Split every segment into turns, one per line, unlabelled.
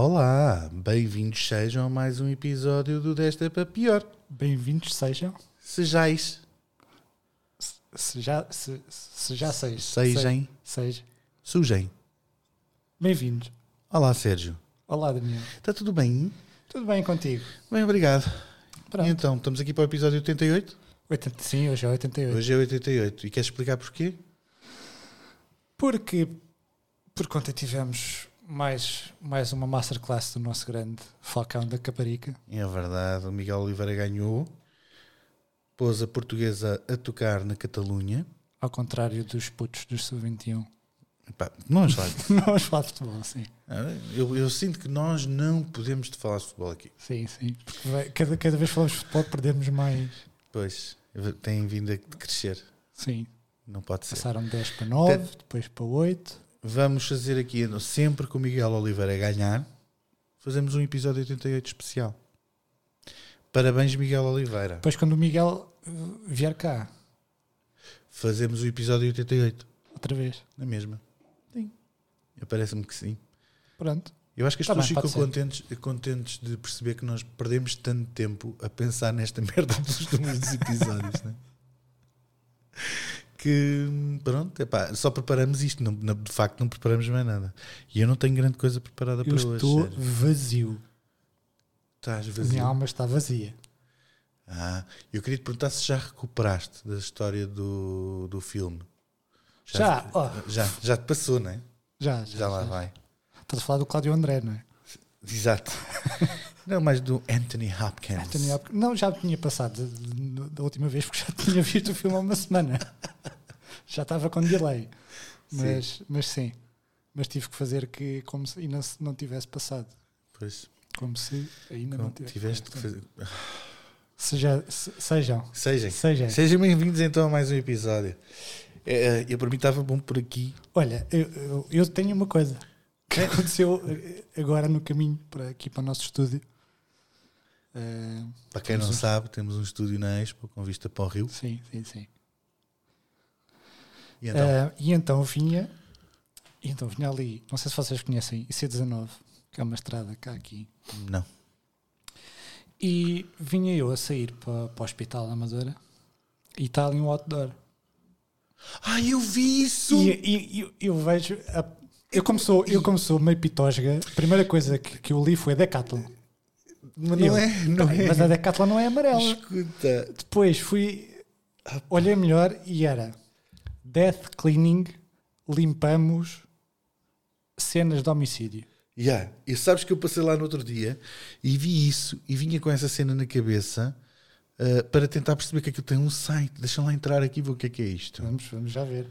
Olá, bem-vindos sejam a mais um episódio do Desta para Pior.
Bem-vindos sejam.
Sejais.
Se já, se, se já sei.
Sejam.
Seja.
Sujem.
Bem-vindos.
Olá, Sérgio.
Olá, Daniel.
Está tudo bem?
Tudo bem contigo?
Bem, obrigado.
Pronto.
E então, estamos aqui para o episódio 88?
80, sim, hoje é 88.
Hoje é 88. E queres explicar porquê?
Porque por conta tivemos mais, mais uma masterclass do nosso grande Falcão da Caparica.
É verdade, o Miguel Oliveira ganhou. Pôs a portuguesa a tocar na Catalunha.
Ao contrário dos putos dos Sub-21.
Epá, Nós, lá-
Não os falo de futebol, sim.
eu, eu sinto que nós não podemos te falar de futebol aqui.
Sim, sim. Porque vai- cada, cada vez que falamos de futebol perdemos mais.
Pois, tem vindo a crescer.
Sim.
Não pode ser.
Passaram de 10 para 9, depois para 8.
Vamos fazer aqui, sempre que o Miguel Oliveira ganhar, fazemos um episódio 88 especial. Parabéns, Miguel Oliveira.
Depois quando o Miguel eh, vier cá,
Fazemos o episódio 88,
outra vez.
na mesma.
Sim.
Parece-me que sim.
Pronto.
Eu acho que as
Tá
pessoas
bem,
ficam
pode
contentes, contentes de perceber que nós perdemos tanto tempo a pensar nesta merda dos números dos episódios, né? Que pronto, epá, só preparamos isto, não- não- de facto não preparamos mais nada. E eu não tenho grande coisa preparada
Eu
para hoje.
estou
sério.
vazio.
Estás
A minha
vazio.
alma está vazia.
Ah, eu queria te perguntar se já recuperaste da história do, do filme.
Já, ó.
já, já te passou, não é?
Já, já.
Já lá vai.
Estás a falar do Cláudio André, não é?
Exato. não, mas do Anthony Hopkins.
Anthony Hopkins- Não, já tinha passado de- de- da última vez, porque já tinha visto o filme há uma semana. já estava com delay. Mas sim. Mas, sim. mas tive que fazer que como se ainda se não tivesse passado.
Pois,
Como se ainda
não
não tivesse.
tiveste que fazer.
Seja, se- sejam.
Sejam.
Sejam.
Sejam bem-vindos então a mais um episódio. Eh, Eu para mim estava bom por aqui.
Olha, eu, eu- eu tenho uma coisa que aconteceu eh, agora no caminho para aqui para o nosso estúdio. Eh,
Para quem não sabe, temos um estúdio na Expo com vista para o Rio.
sim, sim, sim.
E então,
Ah, e então vinha, e então vinha ali, não sei se vocês conhecem, IC19, que é uma estrada cá aqui.
não.
E vinha eu a sair para, para o Hospital da Amadora e está ali um outdoor.
Ai, Ah, eu vi isso!
E, e- e eu vejo. a- eu, como sou, eu como sou meio pitosga, a primeira coisa que, que eu li foi a Decathlon.
Mas
Eu,
não é, não
"Tá bem,
é.
Mas a Decathlon não é amarela.
Escuta.
Depois fui, olhei melhor e era Death Cleaning, limpamos cenas de homicídio.
Yeah. E sabes que eu passei lá no outro dia e vi isso e vinha com essa cena na cabeça ah, para tentar perceber que aquilo tem um site. Deixa lá entrar aqui e ver o que é que é isto.
Vamos, vamos já ver.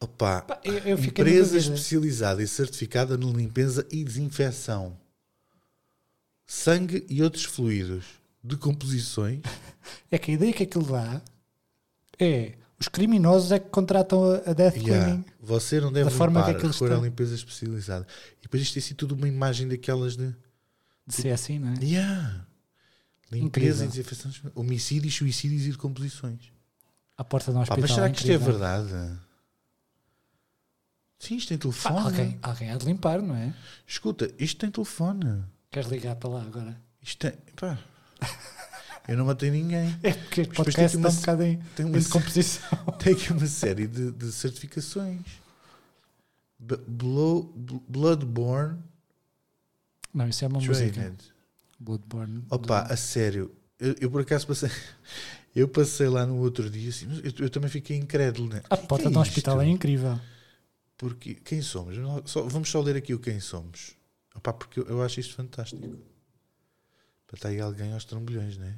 Opa,
Pá, eu- eu fiquei na
empresa
dúvida.
especializada e certificada na limpeza e desinfecção. Sangue e outros fluidos. Decomposições.
É que a ideia que aquilo dá é os criminosos é que contratam a, a
Yeah.
Death É Cleaning.
Você não deve
Da forma
limpar,
que aquilo
recorrer à
está.
limpeza especializada. E depois isto tem sido tudo uma imagem daquelas de...
De ser assim, não é?
Yeah. Limpeza
Incrível.
e desinfecção. Homicídios, suicídios e decomposições.
À porta de um
Pá,
hospital.
mas será que isto é
incrível.
verdade? Sim, isto tem
Pá,
telefone.
alguém, alguém há de limpar, não é?
Escuta, isto tem telefone.
Queres ligar para lá agora?
Isto tem. Pá. Eu não matei ninguém.
É porque este
Mas depois tem
podcast
aqui
está
uma
um
se-
bocado em,
tem uma
em
se-
decomposição.
Tem aqui uma série de, de certificações: B- Blow, Bl- Bloodborne
Não, isso é uma música.
Trained.
Bloodborne.
Opa, a sério. Eu, eu por acaso passei. Eu passei lá no outro dia assim, mas eu, eu também fiquei incrédulo, né?
A
Que
porta
que
de um hospital
isto?
é incrível.
Porque quem somos? Só- vamos só ler aqui o quem somos. Opá, porque eu, eu acho isto fantástico. Para estar aí alguém aos trambolhões, não é?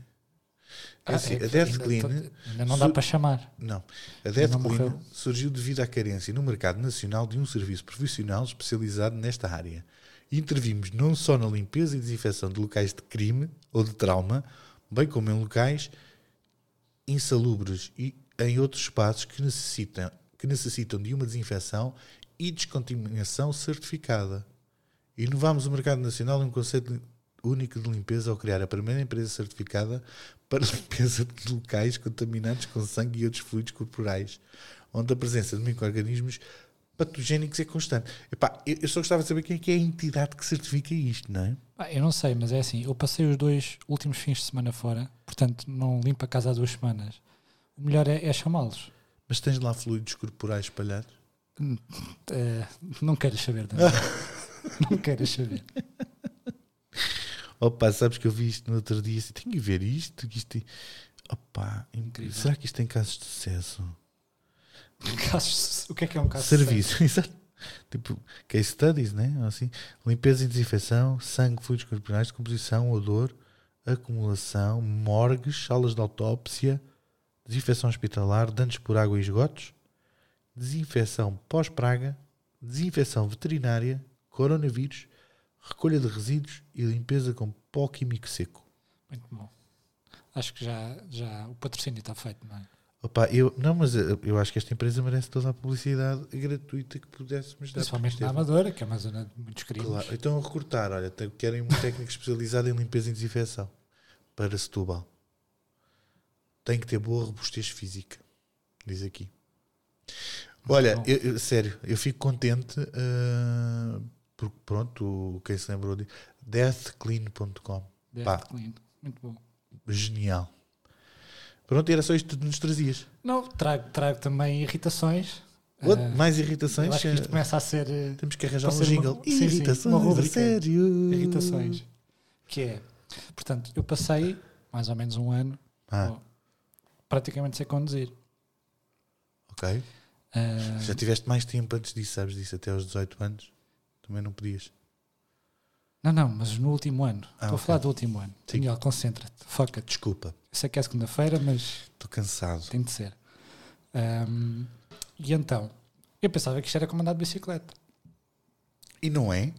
É assim, a Death
Ah, ainda-
Clean,
Ainda não dá
su-
para chamar.
não, a Death
não
Clean
morreu.
surgiu devido à carência no mercado nacional de um serviço profissional especializado nesta área. Intervimos não só na limpeza e desinfecção de locais de crime ou de trauma, bem como em locais insalubres e em outros espaços que necessitam, que necessitam de uma desinfecção e descontaminação certificada. Inovámos o mercado nacional em um conceito li- único de limpeza ao criar a primeira empresa certificada para limpeza de locais contaminados com sangue e outros fluidos corporais, onde a presença de micro-organismos patogénicos é constante. Epá, eu, eu só gostava de saber quem é que é a entidade que certifica isto, não é?
Pá, eu não sei, mas é assim, eu passei os dois últimos fins de semana fora, portanto não limpo a casa há duas semanas. O melhor é, é chamá-los.
Mas tens lá fluidos corporais espalhados?
Eh, não queres saber, Daniel. não queres saber.
Opa, sabes que eu vi isto no outro dia assim, tenho que ver isto, que isto... Opa, incrível. Será que isto tem casos de sucesso?
Casos- o que é que é um caso de
Serviço, exato. Tipo, case studies, né? Ou Assim, limpeza e desinfecção, sangue, fluidos corporais, decomposição, odor, acumulação, morgues, salas de autópsia, desinfecção hospitalar, danos por água e esgotos, desinfecção pós-praga, desinfecção veterinária, coronavírus, recolha de resíduos e limpeza com pó químico seco.
Muito bom. Acho que já, já o patrocínio está feito, não é?
Opa, eu, não, mas eu, eu acho que esta empresa merece toda a publicidade gratuita que pudéssemos dar.
Principalmente
porque esteve-
na Amadora, que é uma zona de muitos crimes.
Claro, então a recortar, olha, te- querem um técnico especializado em limpeza e desinfecção para Setúbal. Tem que ter boa robustez física, diz aqui. Olha,
bom.
eu- eu- sério, eu fico contente ah, porque pronto, quem se lembrou de deathclean.com,
Deve
pá.
de clean. Muito bom.
genial. Pronto, era só isto que nos trazias.
Não, trago, trago também irritações.
Outro-
Ah,
mais
eu
irritações? é-
acho que isto começa a ser eh,
Temos que arranjar
Para
um
ser uma-
jingle.
sim, sim,
irritações,
uma
a
rubrica.
sério. Hum.
irritações. Que é, portanto, eu passei mais ou menos um ano
Ah,
ó, praticamente sem conduzir.
ok.
Ah,
Já tiveste mais tempo antes disso, sabes disso? Até aos 18 anos também não podias.
não, não, mas no último ano. Estou
Ah,
a
ok.
falar do último ano.
Sim.
Daniel, concentra-te. Foca-te.
Desculpa,
Eu sei que é segunda-feira, mas
estou cansado.
Tem de ser. Ahm, e então, eu pensava que isto era como andar de bicicleta.
E não é?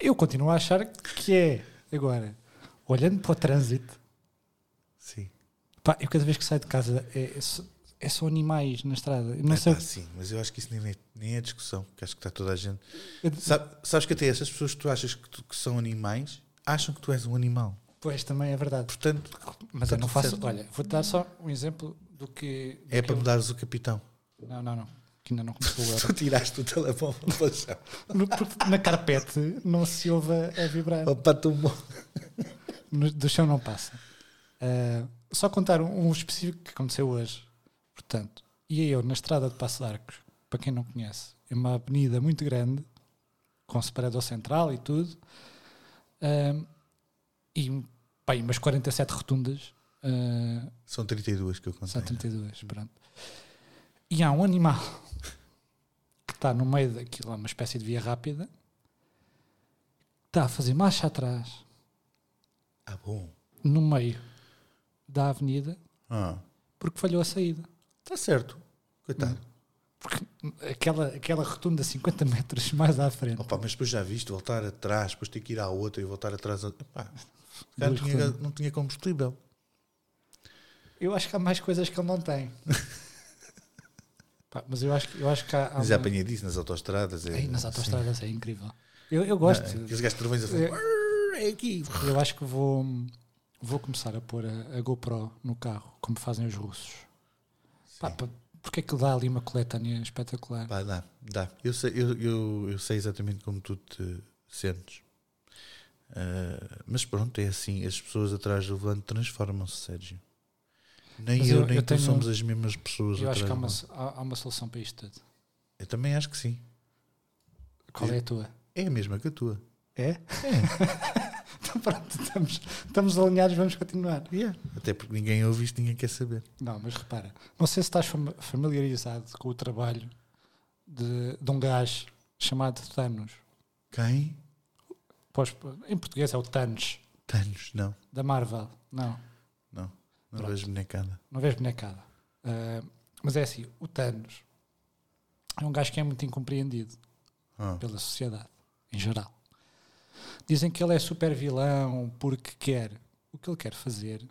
Eu continuo a achar que é. Agora, olhando para o trânsito,
Sim.
pá, eu cada vez que saio de casa é, é só, é só animais na estrada. Eu não
é
sei.
pá, sim, mas eu acho que isso nem é, nem é discussão, porque acho que está toda a gente.
Eu-
Sabe- sabes que até essas pessoas que tu achas que, tu- que são animais acham que tu és um animal.
Pois também é verdade.
Portanto,
Mas
Está
eu não
tudo
faço.
certo.
Olha, vou-te dar só um exemplo do que. do
é
que
para
eu-
mudares o capitão.
Não, não, não. Que ainda não começou o euro.
Tu tiraste o telemóvel para o chão.
No- porque na carpete não se ouve a- a vibrar.
Opa, tu mo-
No- do chão não passa. Ah, só contar um, um específico que aconteceu hoje. Portanto, ia eu na estrada de Passo de Arcos, para quem não conhece, é uma avenida muito grande, com separador central e tudo, Ah, e bem, umas 47 rotundas, ah,
São 32 que eu contei.
são 32, pronto. E há um animal que está no meio daquilo, há uma espécie de via rápida, está a fazer marcha atrás,
Ah, bom.
no meio da avenida
Ah,
porque falhou a saída.
está Tá certo. Coitado.
Porque aquela, aquela rotunda 50 metros mais à frente.
Opa, mas depois já viste voltar atrás, depois ter que ir à outra e voltar atrás. a- Epá, o cara
Duas
tinha-
rotundas.
não tinha combustível.
Eu acho que há mais coisas que ele não tem. Pá, mas eu acho, que- eu acho que há. há
Mas já
uma-
apanhei disso um- nas autostradas. é-
Aí nas autostradas é incrível. Eu, eu
Não, é
gosto.
Aqueles gajos de trovões a falar. É aqui.
Eu acho que vou, vou começar a pôr a, a GoPro no carro, como fazem os russos. Pá, pá, porque é que dá ali uma coletânea espetacular?
Pá, dá, dá. Eu sei, eu, eu, eu sei exatamente como tu te sentes. Ah, mas pronto, é assim. As pessoas atrás do volante transformam-se, Sérgio. Nem
Mas
eu,
eu-
nem
eu
tu
tenho-
somos as mesmas pessoas.
eu
atrás
acho que há
do
uma,
volante.
há- há uma solução para isto tudo.
Eu também acho que sim.
Qual é a tua?
É a mesma que a tua.
É? então pronto, estamos, estamos alinhados, vamos continuar.
Yeah. Até porque ninguém ouve isto, ninguém quer saber.
Não, mas repara, não sei se estás fam- familiarizado com o trabalho de, de um gajo chamado Thanos.
Quem?
Pós- em português é o Thanos,
Thanos, não.
da Marvel. Não,
Não, não
Pronto.
vejo bonecada.
não vês bonecada. Ah, mas é assim, o Thanos é um gajo que é muito incompreendido.
Ah,
pela sociedade em geral. Dizem que ele é super vilão porque quer o que ele quer fazer.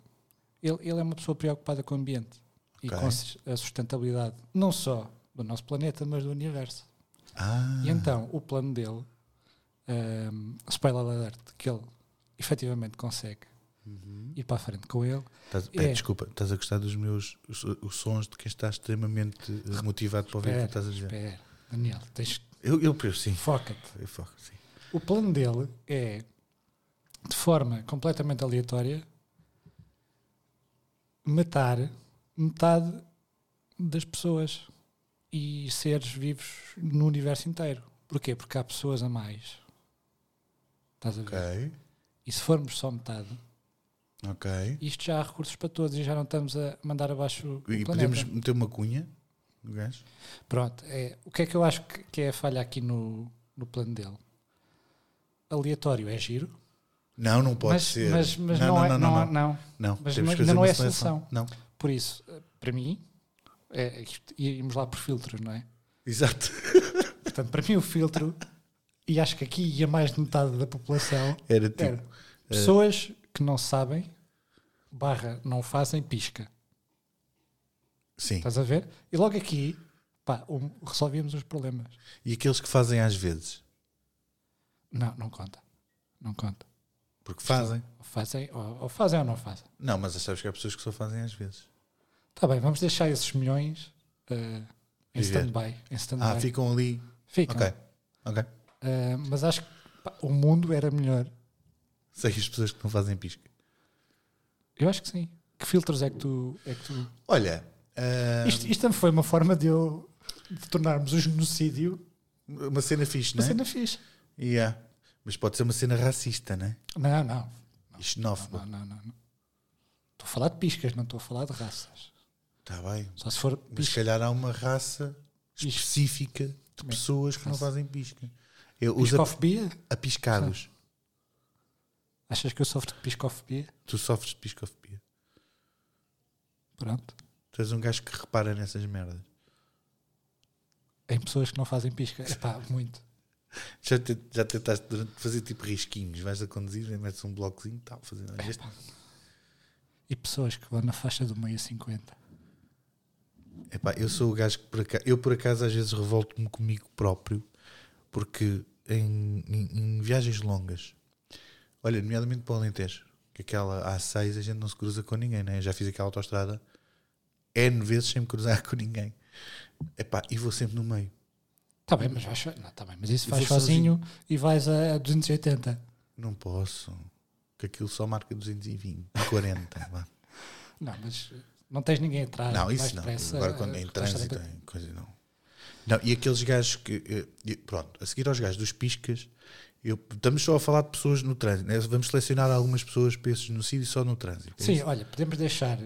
Ele, ele é uma pessoa preocupada com o ambiente e
Ok.
com a sus- a sustentabilidade, não só do nosso planeta, mas do universo.
Ah,
E então o plano dele, um, spoiler alert, que ele efetivamente consegue
Uhum.
ir para a frente com ele.
estás-
é.
pera, desculpa, estás a gostar dos meus os, os sons de quem está extremamente eh, motivado para ouvir o que
Espera,
estás a dizer?
espera, Daniel, tens,
Eu, eu, eu sim,
foca-te.
eu foco, sim.
O plano dele é de forma completamente aleatória, matar metade das pessoas e seres vivos no universo inteiro. Porquê? Porque há pessoas a mais. Estás a ver?
Ok,
E se formos só metade,
ok.
isto já há recursos para todos e já não estamos a mandar abaixo o
E
planeta.
podemos meter uma cunha no gajo?
Pronto, é, o que é que eu acho que, que é a falha aqui no, no plano dele? Aleatório é giro,
Não, não pode
mas,
ser.
mas, mas não, é, não,
não,
há- não.
Não,
mas
temos
não-
que
ainda
fazer
não
uma
é a
seleção.
solução.
Não,
Por isso, eh, para mim, é, isto- íamos lá por filtros, não é?
exato.
Portanto, para mim o filtro, e acho que aqui ia mais de metade da população,
Era tipo.
era pessoas que não sabem, barra, não fazem pisca.
Sim.
Estás a ver? E logo aqui, pá, um, resolvíamos os problemas.
E aqueles que fazem às vezes?
Não, não conta. Não conta.
Porque fazem.
Ou fazem ou, ou fazem ou não fazem.
Não, mas sabes que há pessoas que só fazem às vezes.
Está bem, vamos deixar esses milhões eh, em
Viver.
stand-by. Em stand
Ah, ficam ali.
Ficam.
Ok, ok.
Eh, mas acho que pá, o mundo era melhor.
Sei que as pessoas que não fazem pisca.
Eu acho que sim. Que filtros é que tu. É que tu...
Olha, ah,
Isto, isto também foi uma forma de eu de tornarmos o genocídio
uma cena fixe,
uma
não é?
cena fixe.
Yeah. Mas pode ser uma cena racista, né?
Não, não.
E xenófoba.
Não, não, não. não. Estou a falar de piscas, não estou a falar de raças.
Está Tá bem.
Só se for
Mas se
pisca.
calhar há uma raça específica de
Também.
pessoas que não
Raça.
fazem pisca. Eu uso
Piscofobia?
apiscados.
Achas que eu sofro de piscofobia?
Tu sofres de piscofobia.
Pronto.
Tu és um gajo que repara nessas merdas.
Em pessoas que não fazem pisca. Epá, muito.
Já, te, já tentaste durante- fazer tipo risquinhos. Vais a conduzir, e metes um blocozinho e tal. Fazendo este.
E pessoas que vão na faixa do meio a 50.
Epá, eu sou o gajo que por acaso, eu por acaso às vezes revolto-me comigo próprio porque em, em- em viagens longas, olha, nomeadamente para o Alentejo, que aquela A6 a gente não se cruza com ninguém, né? Eu já fiz aquela autostrada N vezes sem me cruzar com ninguém. Epá, e vou sempre no meio.
Está bem, mas vais, não, tá bem, mas isso
Eu
vais
vou
sozinho, e vais a 280.
Não posso, que aquilo só marca 220, 40. vá.
Não, mas não tens ninguém atrás.
Não,
vais
isso não.
depressa,
Agora quando é
eh,
em
estás
trânsito,
a-
é coisa não. Não, e aqueles gajos que. eh, e- Pronto, a seguir aos gajos dos piscas, eu, estamos só a falar de pessoas no trânsito, né? vamos selecionar algumas pessoas para esse genocídio só no trânsito. é
Sim,
isso?
olha, podemos deixar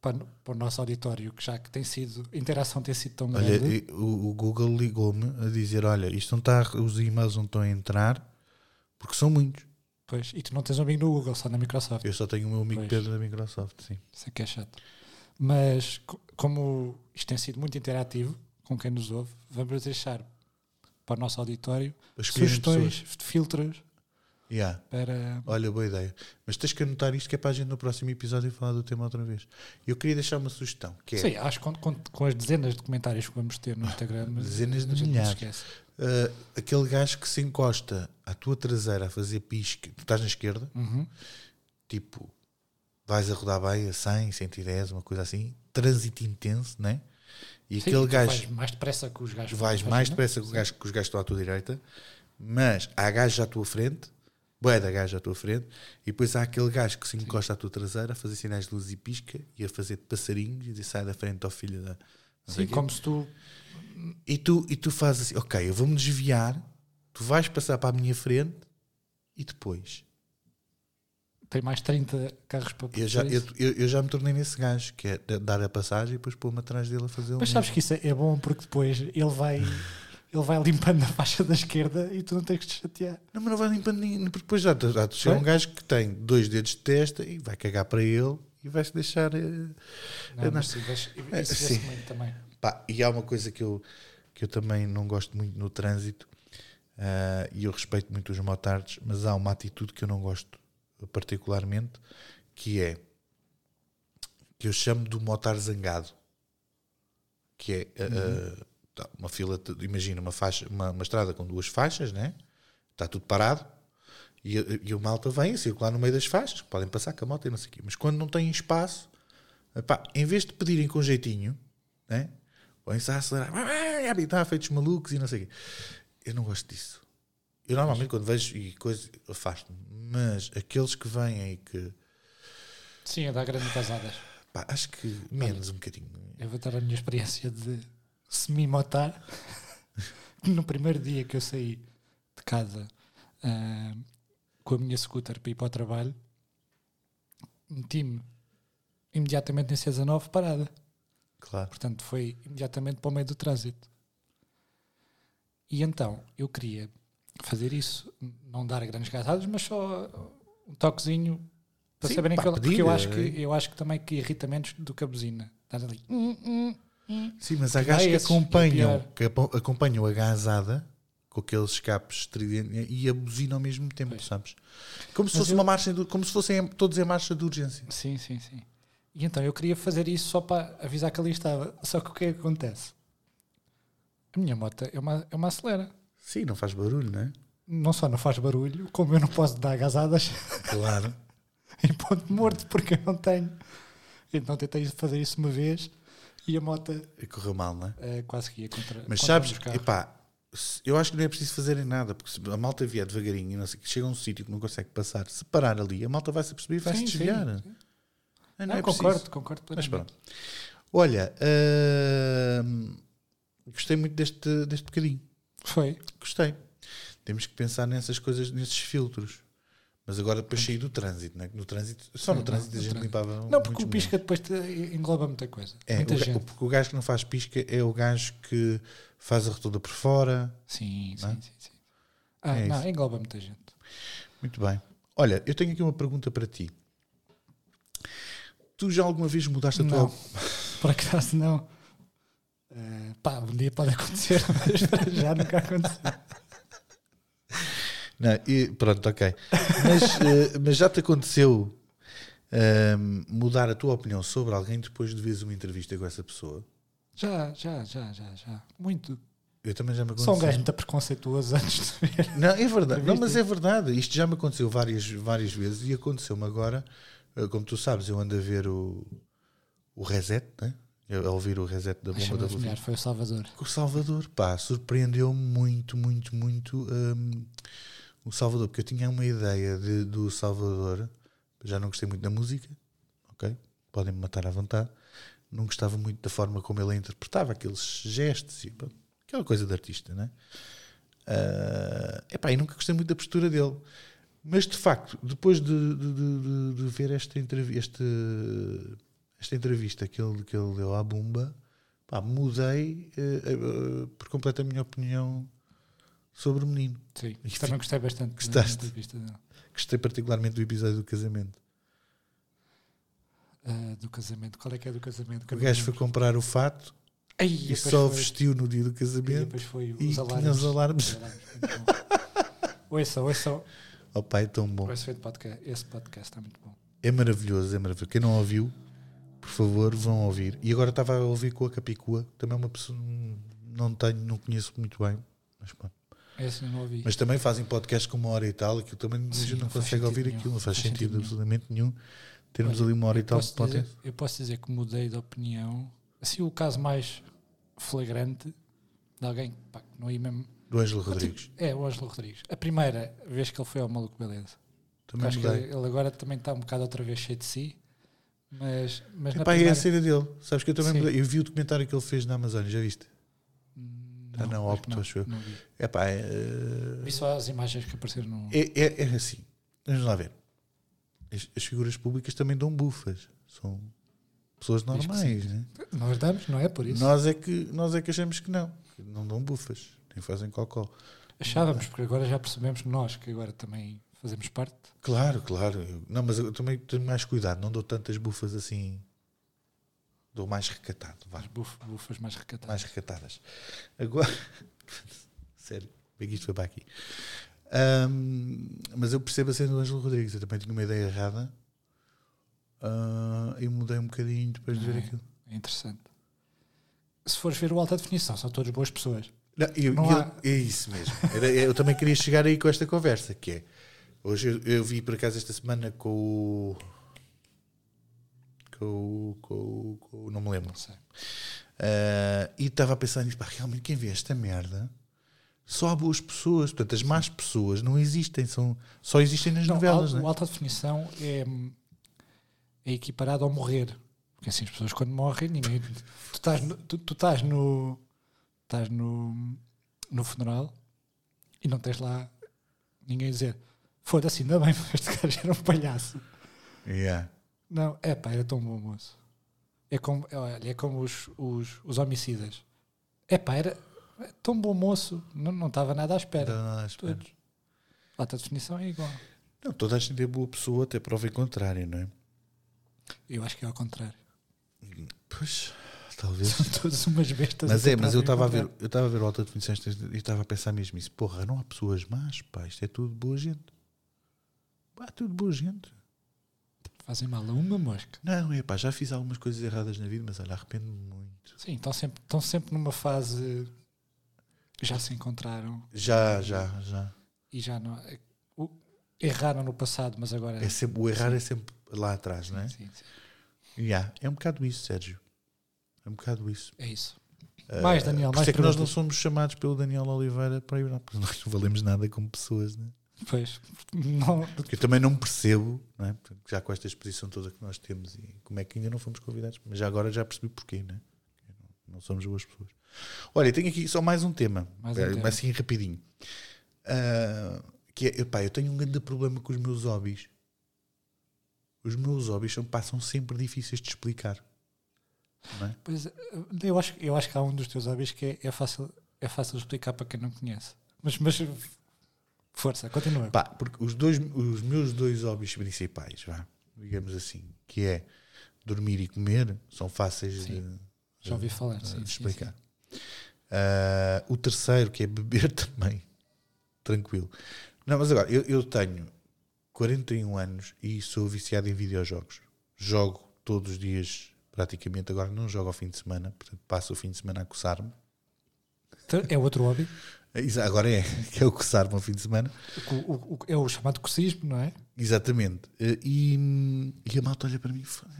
para, para o nosso auditório, que já que tem sido, a interação tem sido tão
Olha,
grande.
e o, o Google ligou-me a dizer: olha, isto não está, os e-mails não estão a entrar, porque são muitos.
Pois, e tu não tens um amigo no Google, só na Microsoft.
Eu só tenho o meu amigo
Pois.
Pedro da Microsoft, sim.
Isso é que é chato. Mas co- como isto tem sido muito interativo com quem nos ouve, vamos deixar para o nosso auditório
Para escolherem
sugestões de filtros
Yeah.
para.
Olha, boa ideia. Mas tens que anotar isto que é para a gente no próximo episódio falar do tema outra vez. Eu queria deixar uma sugestão, que é.
Sim, acho que com, com- com as dezenas de comentários que vamos ter no Instagram,
Dezenas de
a gente não
milhares.
esquece.
Uh, aquele gajo que se encosta à tua traseira a fazer pisca, tu estás na esquerda,
Uhum.
tipo, vais a rodar bem a 100, 110, uma coisa assim, trânsito intenso, né? E
Sim,
aquele
tu
gajo,
Vais mais depressa que os gajos.
vais,
fazem,
mais
não?
depressa que, o gajo, que os gajos estão à tua direita, mas há gajos à tua frente, bué de gajos à tua frente, e depois há aquele gajo que se encosta à tua traseira a fazer sinais de luz e pisca e a fazer de passarinhos e diz, sai da frente ao filho da. não sei
Sim,
quê."
como se tu.
E tu, e tu fazes assim, ok, eu vou-me desviar, tu vais passar para a minha frente e depois.
Tem mais 30 carros para
Eu já,
fazer
eu,
é isso.
eu, eu já me tornei nesse gajo, que é da- dar a passagem e depois pôr-me atrás dele a fazer um- o
Mas sabes que isso é é bom porque depois ele vai, ele vai limpando a faixa da esquerda e tu não tens que te chatear.
mesmo. Não, mas não vai limpando ninguém, porque depois já, já chega
Vai?
um gajo que tem dois dedos de testa e vai cagar para ele e vai-se deixar. eh,
Não,
Eu não-
mas sim, vejo-
É,
isso vê-se
sim.
muito também.
Pá, e há uma coisa que eu, que eu também não gosto muito no trânsito, ah, e eu respeito muito os motards, mas há uma atitude que eu não gosto particularmente, que é que eu chamo do motar zangado, que é ah, ah, tá, uma fila, de- imagina uma, faixa, uma, uma estrada com duas faixas, né? está tudo parado, e, e o malta vem a circular no meio das faixas, podem passar com a moto e não sei o quê, mas quando não têm espaço, epá, em vez de pedirem com jeitinho, né? tá põem-se a acelerar, e está feitos malucos e não sei o quê. Eu não gosto disso. Eu normalmente quando vejo e coisas, afasto-me. Mas aqueles que vêm e que.
Sim, a dar grandes vazadas.
Pá, acho que menos um bocadinho.
Eu vou dar a minha experiência de se me motar. no primeiro dia que eu saí de casa ah, com a minha scooter para ir para o trabalho, meti-me imediatamente em C19 parada.
Claro.
Portanto, foi imediatamente para o meio do trânsito. E então, eu queria fazer isso, não dar grandes gasadas, mas só um toquezinho para
Sim,
saberem
pá,
que, ela- porque
pedir,
eu acho
é.
que eu acho que também que irrita menos do que a buzina. Estás ali. "Hum, hum, hum".
Sim, mas há
Ah,
gajos que
esses, é
acompanham,
pior.
que apo- acompanham a gasada com aqueles escapes estridentes e a buzina ao mesmo tempo,
Pois.
sabes? Como se
Mas
fosse uma marcha, de- como se fossem em- todos em marcha de urgência.
Sim, sim, sim. E então eu queria fazer isso só para avisar que ali estava. Só que o que é que acontece? A minha moto é uma, é uma acelera.
Sim, não faz barulho, não é?
Não só não faz barulho, como eu não posso dar gasadas
Claro.
em ponto morto porque eu não tenho. Então tentei fazer isso uma vez e a moto
E Correu mal, não é?
eh, quase que ia contra.
Mas
contra
sabes, é
um dos carros.
epá, se- eu acho que não é preciso fazerem nada, porque se a malta vier devagarinho e não sei, que chega a um sítio que não consegue passar, se parar ali, a malta vai se aperceber e vai se
Sim, sim,
desviar.
sim.
Ah,
Não,
é preciso.
concordo, concordo.
Mas
plenamente.
pronto. Olha, hum, gostei muito deste, deste bocadinho.
Foi.
Gostei. Temos que pensar nessas coisas, nesses filtros. Mas agora depois saí do trânsito, né? no trânsito, só
Sim,
no trânsito
no
a gente
trânsito.
limpava
Não, porque
muitos
o pisca depois te engloba muita coisa.
É,
muita
o, ga-
gente.
o- porque o gajo que não faz pisca é o gajo que faz a rotunda por fora.
Sim,
Não é?
sim, sim. sim. Ah,
É
não,
isso.
engloba muita gente.
Muito bem. Olha, eu tenho aqui uma pergunta para ti. Tu já alguma vez mudaste a
Não,
tua.
por acaso não. Eh, pá, um dia pode acontecer, mas para já nunca aconteceu.
Não, e- pronto, ok. Mas, eh, mas já te aconteceu ahm, mudar a tua opinião sobre alguém depois de veres uma entrevista com essa pessoa?
Já, já, já, já, já. Muito.
Eu também já me aconteceu.
Só um gajo muito preconceituoso antes de ver.
Não, é verdade. Não,
Entrevista.
mas é verdade. Isto já me aconteceu várias, várias vezes e aconteceu-me agora. Eh, Como tu sabes, eu ando a ver o, o reset, né? Eu- um a ouvir o reset da bomba
Chama
da
de
Bovina.
mulher, foi o Salvador.
O Salvador, pá, surpreendeu-me muito, muito, muito hum, o Salvador, porque eu tinha uma ideia de- do Salvador, já não gostei muito da música, ok? Podem-me matar à vontade. Não gostava muito da forma como ele a interpretava, aqueles gestos e pá, aquela coisa de artista, né? é epá, e nunca gostei muito da postura dele. Mas de facto, depois de, de- de- de- de ver esta, entrevi este- esta entrevista que ele, que ele deu à Bumba, pá, mudei eh, eh, por completo a minha opinião sobre o menino.
Sim,
Isto-
também gostei bastante. da
Gostaste?
entrevista dele.
Gostei particularmente do episódio do casamento.
Ah, do casamento. Qual é que é do casamento?
O gajo foi comprar o fato
Ai,
e,
depois
só
foi-
vestiu no dia do
E
casamento
depois foi
e
os
tinha
alarmes. É.
os alarmes.
Ouça, ouça,
Oh pá, é tão bom.
ouça esse podcast, esse podcast está muito bom.
É maravilhoso, é maravilhoso. Quem não ouviu, por favor, vão ouvir. E agora estava a ouvir com a Capicua, que também é uma pessoa hum, não tenho, não conheço muito bem, mas pronto.
Esse eu não ouvi.
Mas também fazem podcasts com uma hora e tal, aquilo também a
Sim,
gente não,
não faz
consegue
sentido
ouvir
nenhum.
aquilo, não faz,
Faz
sentido,
sentido nenhum.
absolutamente nenhum. Termos
Olha,
ali uma hora e tal de
posso dizer,
podcast.
eu posso dizer que mudei de opinião. Assim, o caso mais flagrante de alguém pá, que não ia mesmo.
Do Ângelo Rodrigues.
É o Ângelo Rodrigues. A primeira vez que ele foi ao Maluco Beleza.
Também
acho que
mudei.
ele, ele agora também está um bocado outra vez cheio de si. Mas, mas na
Epá, é
primeira.
a cena dele. Sabes que eu também
Sim.
mudei. Eu vi o documentário que ele fez na Amazônia, já viste?
Hum,
Ah, não,
acho
opto,
que não,
acho eu.
não vi.
Epá, é,
Vi só as imagens que apareceram no.
é, é, é assim. Vamos lá ver. As, as figuras públicas também dão bufas. São pessoas
que sim.
normais, né?
Nós damos, não é por isso?
Nós é, que, nós é que achamos que não. Que não dão bufas. Nem fazem cocó.
Achávamos, porque agora já percebemos nós que agora também fazemos parte.
Claro, claro. Eu- Não, mas eu também tenho mais cuidado, não dou tantas bufas assim. Dou mais recatado, vá,
As buf- bufas mais recatadas.
mais recatadas. Agora, sério, como é que isto foi para aqui? Ahm, mas eu percebo a cena do Ângelo Rodrigues, eu também tinha uma ideia errada ah, e mudei um bocadinho depois de ver
É.
aquilo.
É interessante. Se fores ver o alta definição, são todas boas pessoas.
Não, eu-
Não
eu-
há-
É isso mesmo. Era- é, eu também queria chegar aí com esta conversa, que é. Hoje eu, eu vi por acaso esta semana com o. Com o. Com o, com o- não me lembro.
Não sei.
Ah, e estava a pensar nisso, pá, realmente quem vê esta merda Só há boas pessoas. Portanto, as más pessoas não existem, são, só existem nas
Não,
novelas.
al-
Não,
o
é?
alta definição é, é equiparado ao morrer. Porque assim as pessoas quando morrem, ninguém. tu estás no. Tu, tu estás no. Estás no, no funeral e não tens lá ninguém a dizer foda-se, ainda bem, este gajo era um palhaço.
Yeah.
Não, é pá, era tão bom moço. É como, é, olha, é como os, os, os homicidas. É pá, era é tão bom moço, não não estava nada à
Não
espera.
dá nada à espera.
Todos. A alta definição é igual.
Não, toda a gente é boa pessoa até prova em contrário, não é?
Eu acho que é ao contrário.
Pois, talvez.
São todas umas bestas.
Mas
a
é, mas eu
tentar
estava a ver,
encontrar.
eu estava a ver o alta definição esta- e estava a pensar mesmo isso. Porra, não há pessoas más, pá, isto é tudo boa gente. Pá, tudo boa gente.
Fazem mal a uma mosca.
Não, é pá, já fiz algumas coisas erradas na vida, mas olha, arrependo-me muito.
Sim, estão sempre, estão sempre numa fase. Já se encontraram
Já, já, já.
e já não. é, o- Erraram no passado, mas agora.
É sempre, o errar é sempre lá atrás, não é?
Sim, sim.
Yeah, é um bocado isso, Sérgio. É um bocado isso.
É isso. Mais, Daniel,
Por isso
mais
é que nós não
perguntas.
somos chamados pelo Daniel Oliveira para ir lá, porque nós não valemos nada como pessoas, né?
Pois. Não,
Porque eu também não percebo, não é? Porque já com esta exposição toda que nós temos e como é que ainda não fomos convidados, mas já agora já percebi porquê, né? não somos boas pessoas. Olha, tenho aqui só mais um tema,
Mais um
eh,
tema.
assim rapidinho. Ah, que é, epá, eu tenho um grande problema com os meus hobbies. Os meus hobbies são, pá, são sempre difíceis de explicar. Não é?
Pois, eh, eu acho, eu acho que há um dos teus hobbies que é, é fácil, é fácil de explicar para quem não conhece. Mas, mas força, continua.
Pá, porque os, dois, os meus dois hobbies principais, vá, digamos assim, que é dormir e comer, são fáceis
Sim.
de,
Já ouvi falar.
de
Sim, sim,
eh, explicar. Ah, o terceiro, que é beber também, tranquilo. Não, mas agora, eu, eu tenho 41 anos e sou viciado em videojogos. Jogo todos os dias, praticamente. Agora não jogo ao fim de semana, portanto passo o fim de semana a coçar-me.
sim. Então, É outro hobby.
Exa- Agora é, que é o coçar-me ao fim de semana.
O- o- o- é o chamado cocismo, não é?
Exatamente. Eh, E, e a malta olha para mim e fala: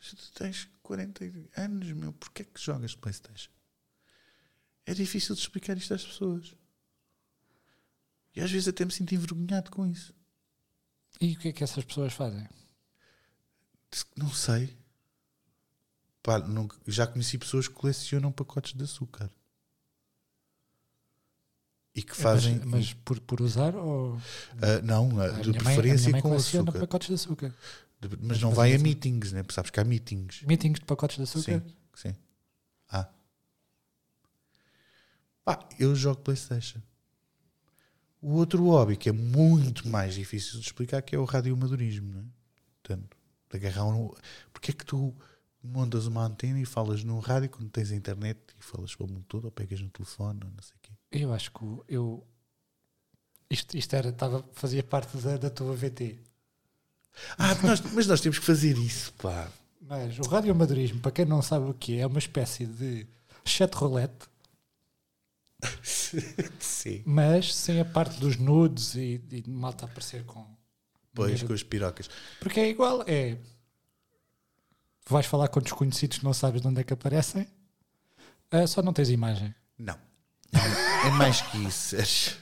"Se Tu tens 40 anos, meu, porquê é que jogas Playstation? É difícil de explicar isto às pessoas. E às vezes até me sinto envergonhado com isso.
E o que é que essas pessoas fazem?
Disse que Não sei. Pá, nunca- já conheci pessoas que colecionam pacotes de açúcar. E que fazem.
É, Mas, mas por, por usar ou.
Ah, não, ah,
A
de
minha mãe- a
preferência
minha mãe
com
coleciona
açúcar.
pacotes de açúcar.
De- mas não
mas
vai a
assim-
meetings, né? Porque sabes que há meetings.
Meetings de pacotes de açúcar?
Sim, sim. Ah. Pá, eu jogo Playstation. O outro hobby que é muito mais difícil de explicar que é o radiomadurismo, não é? Portanto, de agarrar um... Porque é que tu montas uma antena e falas no rádio quando tens a internet e falas para o mundo todo ou pegas no telefone ou não sei o quê.
Eu acho que o- eu. Isto, isto era, estava, fazia parte da, da tua VT.
Ah, nós- mas nós temos que fazer isso, pá.
Mas o radioamadorismo, para quem não sabe o que é, é uma espécie de chat roulette,
Sim.
mas sem a parte dos nudes e, e malta a aparecer com.
Pois, com as pirocas.
Porque é igual, é. Tu vais falar com desconhecidos que não sabes de onde é que aparecem, ah, só não tens imagem.
Não. É mais que isso, Sérgio.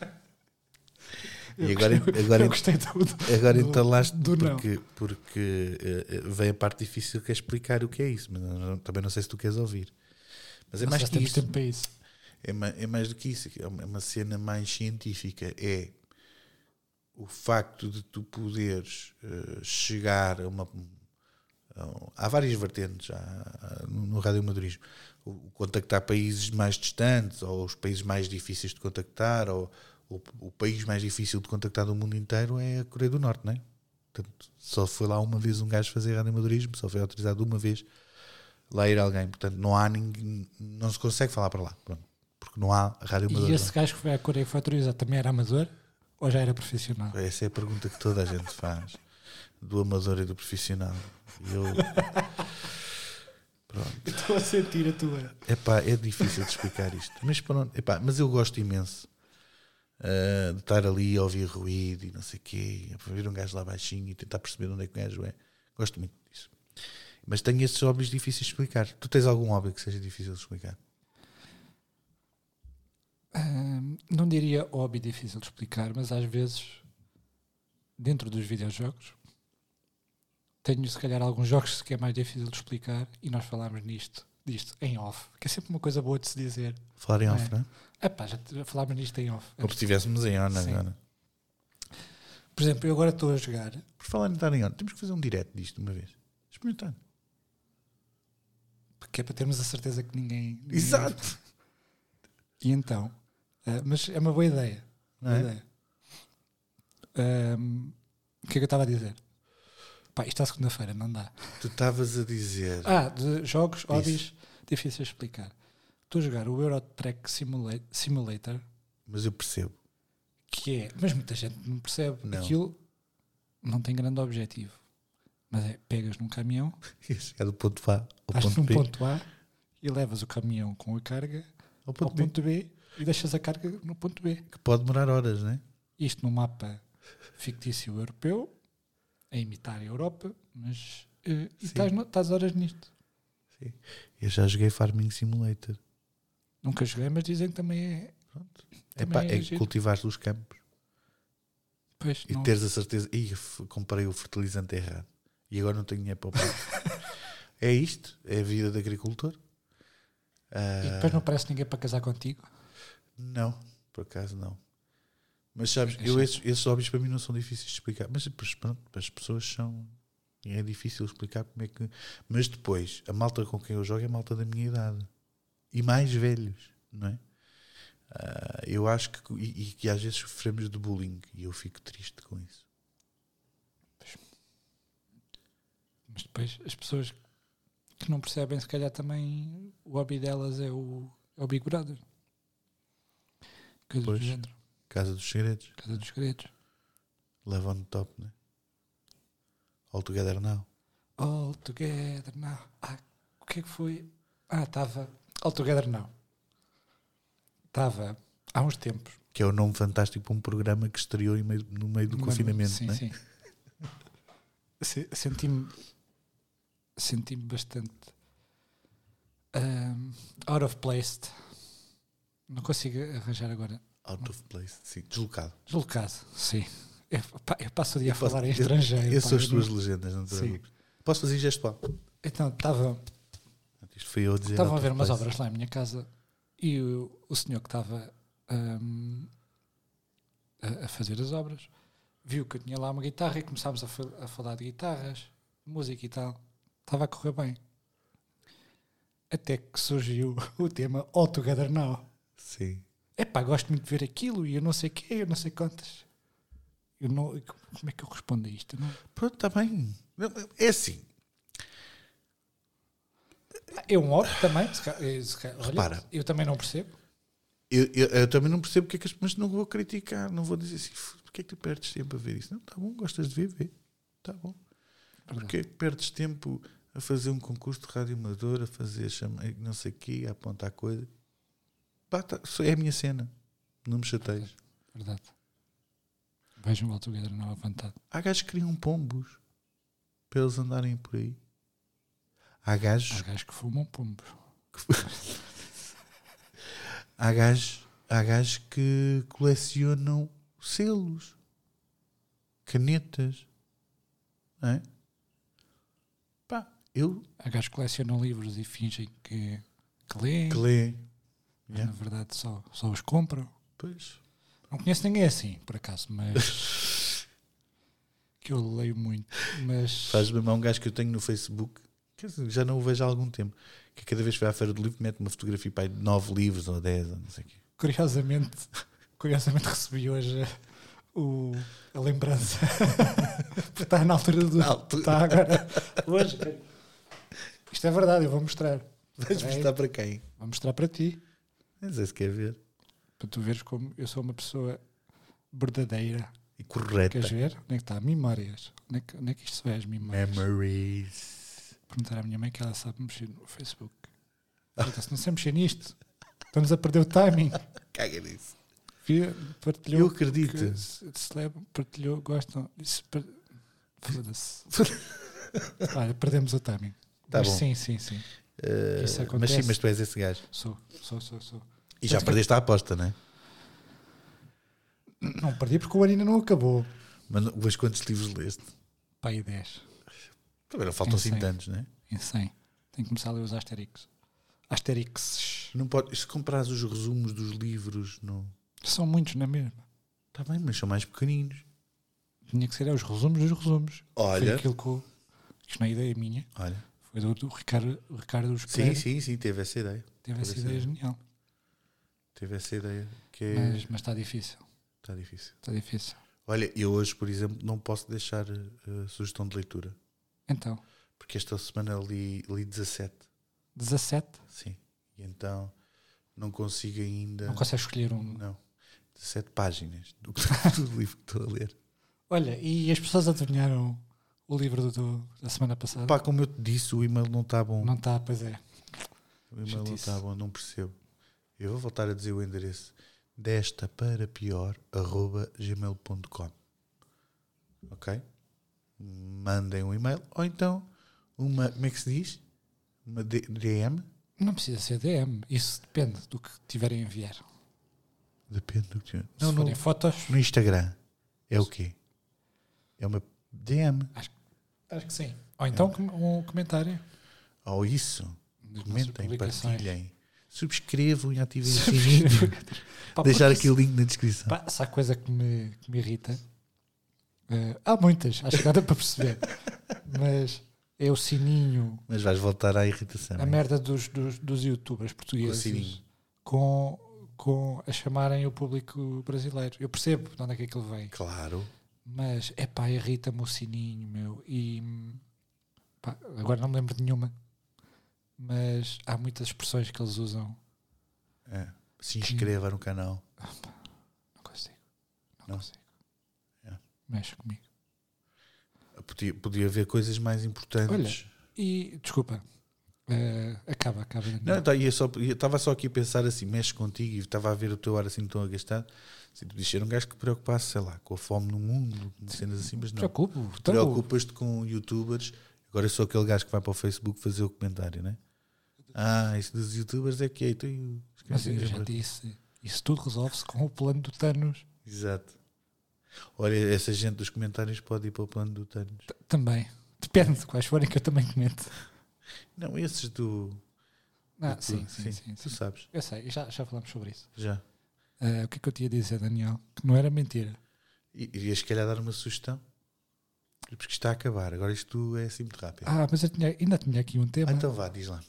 E agora,
Eu
agora,
gostei tudo.
agora
do-
entalaste
do não.
porque, porque eh, eh, vem a parte difícil que é explicar o que é isso, mas eu não- também não sei se tu queres ouvir. Mas é
Não sei
mais
se
que
temos
isso.
tempo para isso.
É, ma- é mais do que isso. É uma, é uma cena mais científica. É o facto de tu poderes eh, chegar a uma. a- um, Há várias vertentes há- há- no no radiomadurismo. O- o Contactar países mais distantes, ou os países mais difíceis de contactar, ou o, o país mais difícil de contactar do mundo inteiro é a Coreia do Norte, não é? Portanto, só foi lá uma vez um gajo fazer radiomadurismo, só foi autorizado uma vez lá ir alguém. Portanto, não há ninguém, não se consegue falar para lá, pronto, porque não há rádio amador.
E esse gajo que foi à Coreia que foi autorizado também era amador ou já era profissional?
Essa é a pergunta que toda a gente faz, do amador e do profissional. E eu,
Estou a sentir a tua.
epá, é difícil de explicar isto, mas pronto, epá, mas eu gosto imenso. ah, de estar ali a ouvir ruído e não sei o quê, a ver um gajo lá baixinho e tentar perceber onde é que o gajo é. Gosto muito disso. Mas tenho esses hobbies difíceis de explicar. Tu tens algum hobby que seja difícil de explicar?
Ahm, não diria hobby difícil de explicar, mas às vezes, dentro dos videojogos, tenho se calhar alguns jogos que é mais difícil de explicar e nós falámos nisto, disto em off, que é sempre uma coisa boa de se dizer.
Falar em off,
É.
não é?
Epá, já te- falámos nisto em off.
Como se estivéssemos em on
Sim.
agora.
Por exemplo, eu agora estou a jogar.
Por falar em estar em on, temos que fazer um direct disto de uma vez. Experimentar.
Porque é para termos a certeza que ninguém. ninguém-
Exato.
E então. ah, mas é uma boa ideia.
Não é?
Boa ideia. Ahm, o que é que eu estava a dizer? Pá, isto está segunda-feira, não dá.
Tu estavas a dizer.
Ah, de jogos,
Isso.
hobbies, difícil de explicar. Estou a jogar o Eurotrack Simula- Simulator,
Mas eu percebo.
que é. Mas muita gente não percebe.
Não.
Aquilo não tem grande objetivo. Mas é, pegas num caminhão,
Ia chegar é do ponto A ao
vais
ponto
num
B.
um ponto A e levas o caminhão com a carga
Ao
ao
ponto B.
ponto B e deixas a carga no ponto B.
Que pode demorar horas, não é?
Isto num mapa fictício europeu, a imitar a Europa, mas eh, e
Sim.
estás, no- estás horas nisto.
Eu já joguei Farming Simulator.
Nunca joguei, mas dizem que também é.
É,
Também
pá,
é
é
giro.
cultivares os campos
Pois,
e
não-
teres a certeza. Ih, f- comprei o fertilizante errado e agora não tenho dinheiro para o pôr." É isto? É a vida de agricultor? Ah,
E depois não aparece ninguém para casar contigo.
Não, por acaso não. Mas sabes,
É
eu
chato.
esses, esses hobbies para mim não são difíceis de explicar. Mas pois, pronto, para as pessoas são. É difícil explicar como é que. Mas depois, a malta com quem eu jogo é a malta da minha idade. E mais velhos, não é? Ah, eu acho que. E, e que às vezes sofremos de bullying. E eu fico triste com isso.
Mas depois as pessoas que não percebem, se calhar também o hobby delas é o, é o Big Brother. Coisa
Pois.
do género,
Casa dos Segredos,
Casa dos Segredos.
Love on Top, não é? All Together Now.
All together now. Ah, o que é que foi? Ah, estava. All together now. Estava há uns tempos.
Que é o nome fantástico para um programa que estreou em meio- no meio do
Mano,
confinamento,
Sim,
não é?
sim. Se- Senti-me. Senti-me bastante. ahm, out of place. Não consigo arranjar agora.
Out of place, sim, deslocado.
Deslocado, sim. Eu, pá, eu passo o dia a
Eu posso-
falar em
eu-
estrangeiro.
Eu
pá,
sou as
eu
tuas
não-
legendas, não te
Sim.
preocupes. Posso fazer gestual?
Então, estava.
Isto foi eu a dizer.
Estavam a
out
ver
of
umas
place.
obras lá em minha casa e o, o senhor que estava hum, a, a fazer as obras viu que eu tinha lá uma guitarra e começámos a, fa- a falar de guitarras, música e tal. Estava a correr bem. Até que surgiu o tema All Together Now.
Sim.
Epá, gosto muito de ver aquilo e eu não sei o quê, eu não sei quantas. Eu não, como é que eu respondo a isto? Eu não-
Pronto, está bem. Não, É assim,
É um hobby também. se ca- eh, se ca- olha,
Repara.
eu também não percebo.
eu, eu- eu também não percebo porque é que as mas não vou criticar, não vou dizer assim, "Fu, porque é que tu perdes tempo a ver isso? Não, está bom, gostas de ver, vê. Está bom. Porque é que perdes tempo a fazer um concurso de rádio amador, a fazer chama, não sei o quê, a apontar coisa? Pá, tá, só- é a minha cena. Não me chateias.
Verdade. Vejam o All Together Now à vontade.
Há gajos que criam pombos para eles andarem por aí. Há gajos
Há gajos que fumam pombos.
Há gajos, há gajos que colecionam selos, canetas. Não é? Pá, eu
Há gajos que colecionam livros e fingem que, que leem.
que é. lê.
mas Na verdade, só, só os compram.
Pois.
Não conheço ninguém assim, por acaso, mas. que eu leio muito. Mas.
Faz mesmo, há um gajo que eu tenho no Facebook, quer dizer, já não o vejo há algum tempo, que cada vez que vai à feira do livro mete uma fotografia pá, de nove livros ou dez, ou não sei o quê.
Curiosamente, curiosamente recebi hoje a, o, a lembrança. Porque está na altura do.
altura.
Está agora. Hoje. Isto é verdade, eu vou mostrar.
Vais
Peraí.
mostrar para quem?
Vou mostrar para ti.
Não sei se quer ver.
para tu veres como eu sou uma pessoa verdadeira.
E correta.
Queres ver? Onde é que está? Memórias. Onde é que, onde é que isto é as memórias?
Memories.
Perguntar à minha mãe que ela sabe mexer no Facebook. Ela disse, não sei mexer nisto. Estamos a perder o timing.
Caga nisso.
Vi-
Eu
Partilhou.
acredito.
que se- celebram, partilhou, gostam. Isso per- Foda-se. Olha, perdemos o timing.
Tá
mas
bom.
sim, sim, sim.
Eh,
Isso
mas sim,
acontece.
mas tu és esse gajo.
Sou, sou, sou, sou.
E já
Mas-
perdeste a aposta, não é?
Não perdi porque o ano ainda não acabou.
Mas, não- mas quantos livros leste?
Pai 10.
Também não faltam
Em
5
cem.
anos, não é?
Em 100. Tenho que começar a ler os Asterix. Asterix.
Não pode, se comprares os resumos dos livros, não.
São muitos, não é mesmo?
Está bem, mas são mais pequeninos.
Tinha que ser é, os resumos dos resumos. Foi
Olha,
aquilo que eu. Isto não é ideia minha.
olha.
Foi do, do Ricardo, Ricardo dos
Sim, é.
Pereira.
sim, sim, teve essa ideia.
Teve essa
Parece-
ideia genial.
Teve essa ideia que
Mas, mas está difícil.
está difícil.
Está difícil.
Olha, eu hoje, por exemplo, não posso deixar eh, sugestão de leitura.
Então,
Porque esta semana li, li 17.
17.
Sim. E então não consigo ainda.
Não consegues escolher um.
Não. 17 páginas do, do livro que estou a ler.
Olha, e as pessoas adivinharam o livro do, do- da semana passada?
Pá, como eu te disse, o e-mail não está bom.
Não está, pois é.
o e-mail não
chatice.
está bom, não percebo. Eu vou voltar a dizer o endereço. Desta para pior, arroba gmail.com. Ok? Mandem um e-mail ou então uma. Como é que se diz? Uma D- DM?
Não precisa ser DM. Isso depende do que tiverem a enviar.
Depende do que tiver.
Se forem fotos,
No Instagram é o quê? É uma DM.
acho que sim. Ou
É.
então com- um comentário.
Ou isso.
das nossas
Comentem,
publicações.
partilhem. Subscrevam e ativem o sininho.
Subscrevam. Pá,
Deixar
porque
aqui o link na descrição.
Pá, se há coisa que me, que me irrita, eh, há muitas, acho que dá para perceber, mas é o sininho,
Mas vais voltar à irritação.
a
hein?
merda dos, dos, dos youtubers
Com o
portugueses
sininho.
com, com a chamarem o público brasileiro. Eu percebo de onde é que aquilo vem,
Claro.
mas é pá, irrita-me o sininho, meu. E pá, agora não me lembro de nenhuma, mas há muitas expressões que eles usam.
É. Se inscreva no canal.
Ah, pá, não consigo, não,
Não?
consigo.
É.
Mexe comigo.
Podia, podia haver coisas mais importantes.
E, desculpa, eh, acaba, acaba.
Não, tá, ia só, estava só aqui a pensar assim, mexe contigo e estava a ver o teu ar assim tão agastado. Se tu dizes, era um gajo que preocupasse, sei lá, com a fome no mundo, com cenas assim, mas não.
preocupo, então,
Preocupas-te com youtubers. Agora eu sou aquele gajo que vai para o Facebook fazer o comentário, né? Ah, isso dos youtubers é que é. Então, eu
mas
esqueci
eu
de
já
lembrar.
disse, isso tudo resolve-se com o plano do Thanos
Exato. Olha, essa gente dos comentários pode ir para o plano do Thanos.
T- também. Depende de quais forem que eu também comento.
Não, esses do.
Ah,
do-
sim, sim, sim,
Tu
sim.
sabes,
Eu sei, já, já falámos sobre isso.
já.
Eh, o que é que eu tinha a dizer, Daniel? Que não era mentira.
I- Irias, se calhar, dar uma sugestão? Porque isto está a acabar. Agora isto é assim muito rápido. Ah,
Ah, mas eu tinha- ainda tinha aqui um tema
então vá, diz lá.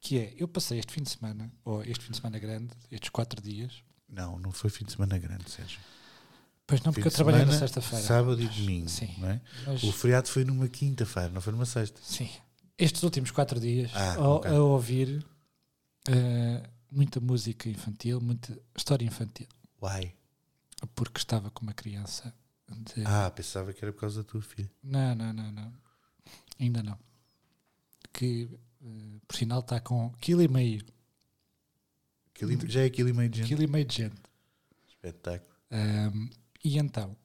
que é: eu passei este fim de semana, ou este fim de semana grande, estes quatro dias,
Não, não foi fim de semana grande, Sérgio.
pois não,
Fim
porque eu
de
trabalhei
semana,
na sexta-feira.
Sábado e domingo.
Sim.
Não é?
mas-
O feriado foi numa quinta-feira, não foi numa sexta.
Sim. Estes últimos quatro dias,
Ah,
ao-
ok.
a ouvir eh, muita música infantil, muita história infantil,
Uai.
porque estava com uma criança de.
Ah, pensava que era por causa da tua filha.
Não, não, não, não. Ainda não. Que, eh, por sinal, está com quilo e meio.
Quilo
Hum.
e- já é quilo e meio de gente.
Quilo e meio de gente.
Espetáculo.
Ahm, e então,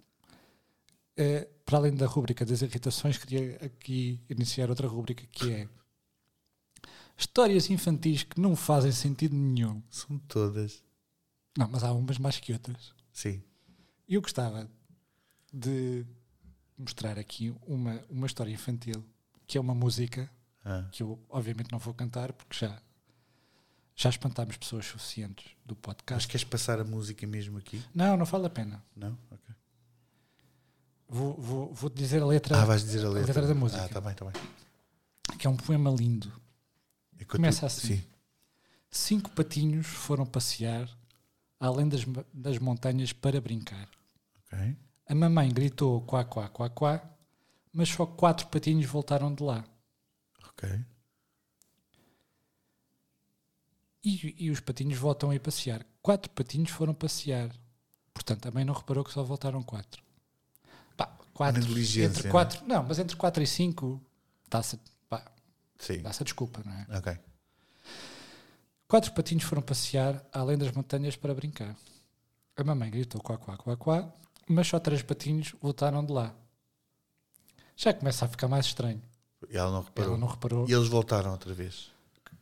eh, para além da rúbrica das irritações, queria aqui iniciar outra rúbrica que é histórias infantis que não fazem sentido nenhum.
São todas.
Não, mas há umas mais que outras.
Sim.
E Eu gostava de mostrar aqui uma, uma história infantil, que é uma música
Ah,
que eu obviamente não vou cantar porque já, já espantámos pessoas suficientes do
Mas
podcast.
queres passar a música mesmo aqui?
Não, não vale a pena.
Não? Ok.
Vou, vou, vou dizer a letra,
Ah, vais dizer a letra.
letra da música.
Ah, tá bem, tá bem.
que é um poema lindo.
É que eu
Começa
tô-
assim. Cinco patinhos foram passear além das, ma- das montanhas para brincar.
Ok.
A mamãe gritou quá, quá, quá, quá, mas só quatro patinhos voltaram de lá.
Ok.
E, e os patinhos voltam a ir passear. Quatro patinhos foram passear. Portanto, a mãe não reparou que só voltaram quatro. Pá, quatro.
Negligência,
Entre
né?
quatro, não, mas entre quatro e cinco dá-se pá,
Sim.
dá-se a desculpa, não é?
Ok.
Quatro patinhos foram passear além das montanhas para brincar. A mamãe gritou quá, quá, quá, quá, mas só três patinhos voltaram de lá. Já começa a ficar mais estranho.
E ela não reparou.
Ela não reparou.
E eles voltaram outra vez.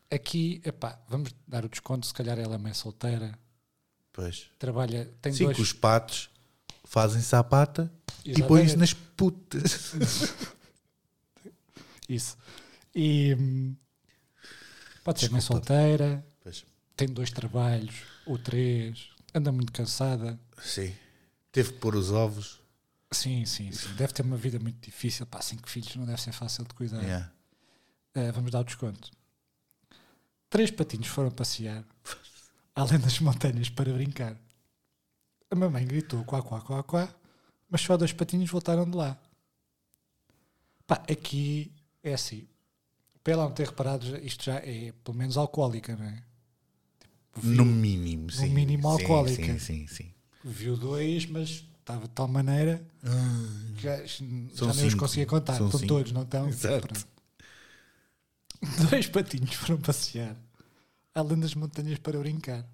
Aqui, epá, vamos dar o desconto, se calhar ela é mãe solteira,
Pois.
trabalha, tem
Sim,
dois
que os patos fazem sapata e põem
Exatamente.
isso nas putas.
Isso. E hum, pode ser mãe
Desculpa.
solteira,
Pois,
tem dois trabalhos ou três, anda muito cansada.
sim. Teve que pôr os ovos.
Sim, sim, sim. Deve ter uma vida muito difícil. Pá, cinco filhos não deve ser fácil de cuidar.
Yeah.
Eh, vamos dar o desconto. Três patinhos foram passear além das montanhas para brincar. A mamãe gritou quá, quá, quá, quá, mas só dois patinhos voltaram de lá. Pá, aqui é assim. Para ela não ter reparado, isto já é pelo menos alcoólica, não é? Tipo, viu,
No mínimo, sim.
mínimo
sim,
alcoólica.
Sim, sim, sim.
viu dois, mas estava de tal maneira que já, já nem os
cinco.
conseguia contar.
São
Estão
cinco.
todos, não estão?
Exato.
Pronto. Dois patinhos foram passear além das montanhas para brincar.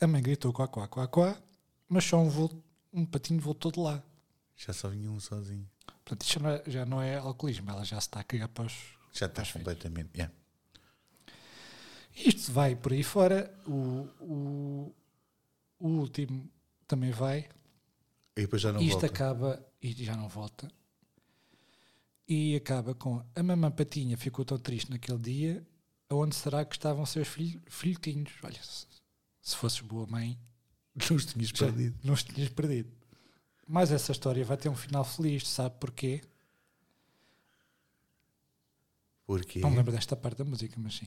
A mãe gritou quá, quá, quá, quá, mas só um, vol- um patinho voltou de lá.
Já só vinha um sozinho.
Portanto, isto já não é, já não é alcoolismo, ela já se está a cagar para os.
Já estás
Pois foi.
completamente. Yeah.
Isto vai por aí fora, o, o, o último também vai,
E depois já não
isto
volta.
acaba e já não volta. E acaba com a mamã patinha ficou tão triste naquele dia. Aonde será que estavam seus filho, filhotinhos? Olha, se, se fosses boa mãe,
Não os tinhas
já
perdido.
não os tinhas perdido. Mas essa história vai ter um final feliz, sabe porquê?
Porquê?
Não me lembro desta parte da música, mas sim.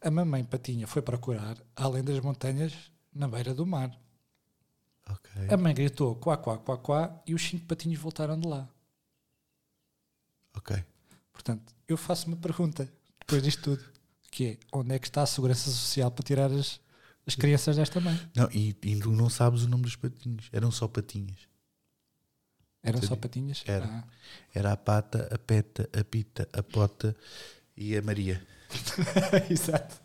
A mamãe patinha foi procurar além das montanhas, na beira do mar.
Ok.
A mãe gritou quá, quá, quá, quá, e os cinco patinhos voltaram de lá.
Ok.
Portanto, eu faço uma pergunta depois disto tudo, que é onde é que está a segurança social para tirar as, as crianças desta mãe?
Não, e, e tu não sabes o nome dos patinhos. Eram só patinhas.
Eram
Sim.
só patinhas?
Era.
Ah,
Era a pata, a peta, a pita, a pota e a Maria.
exato.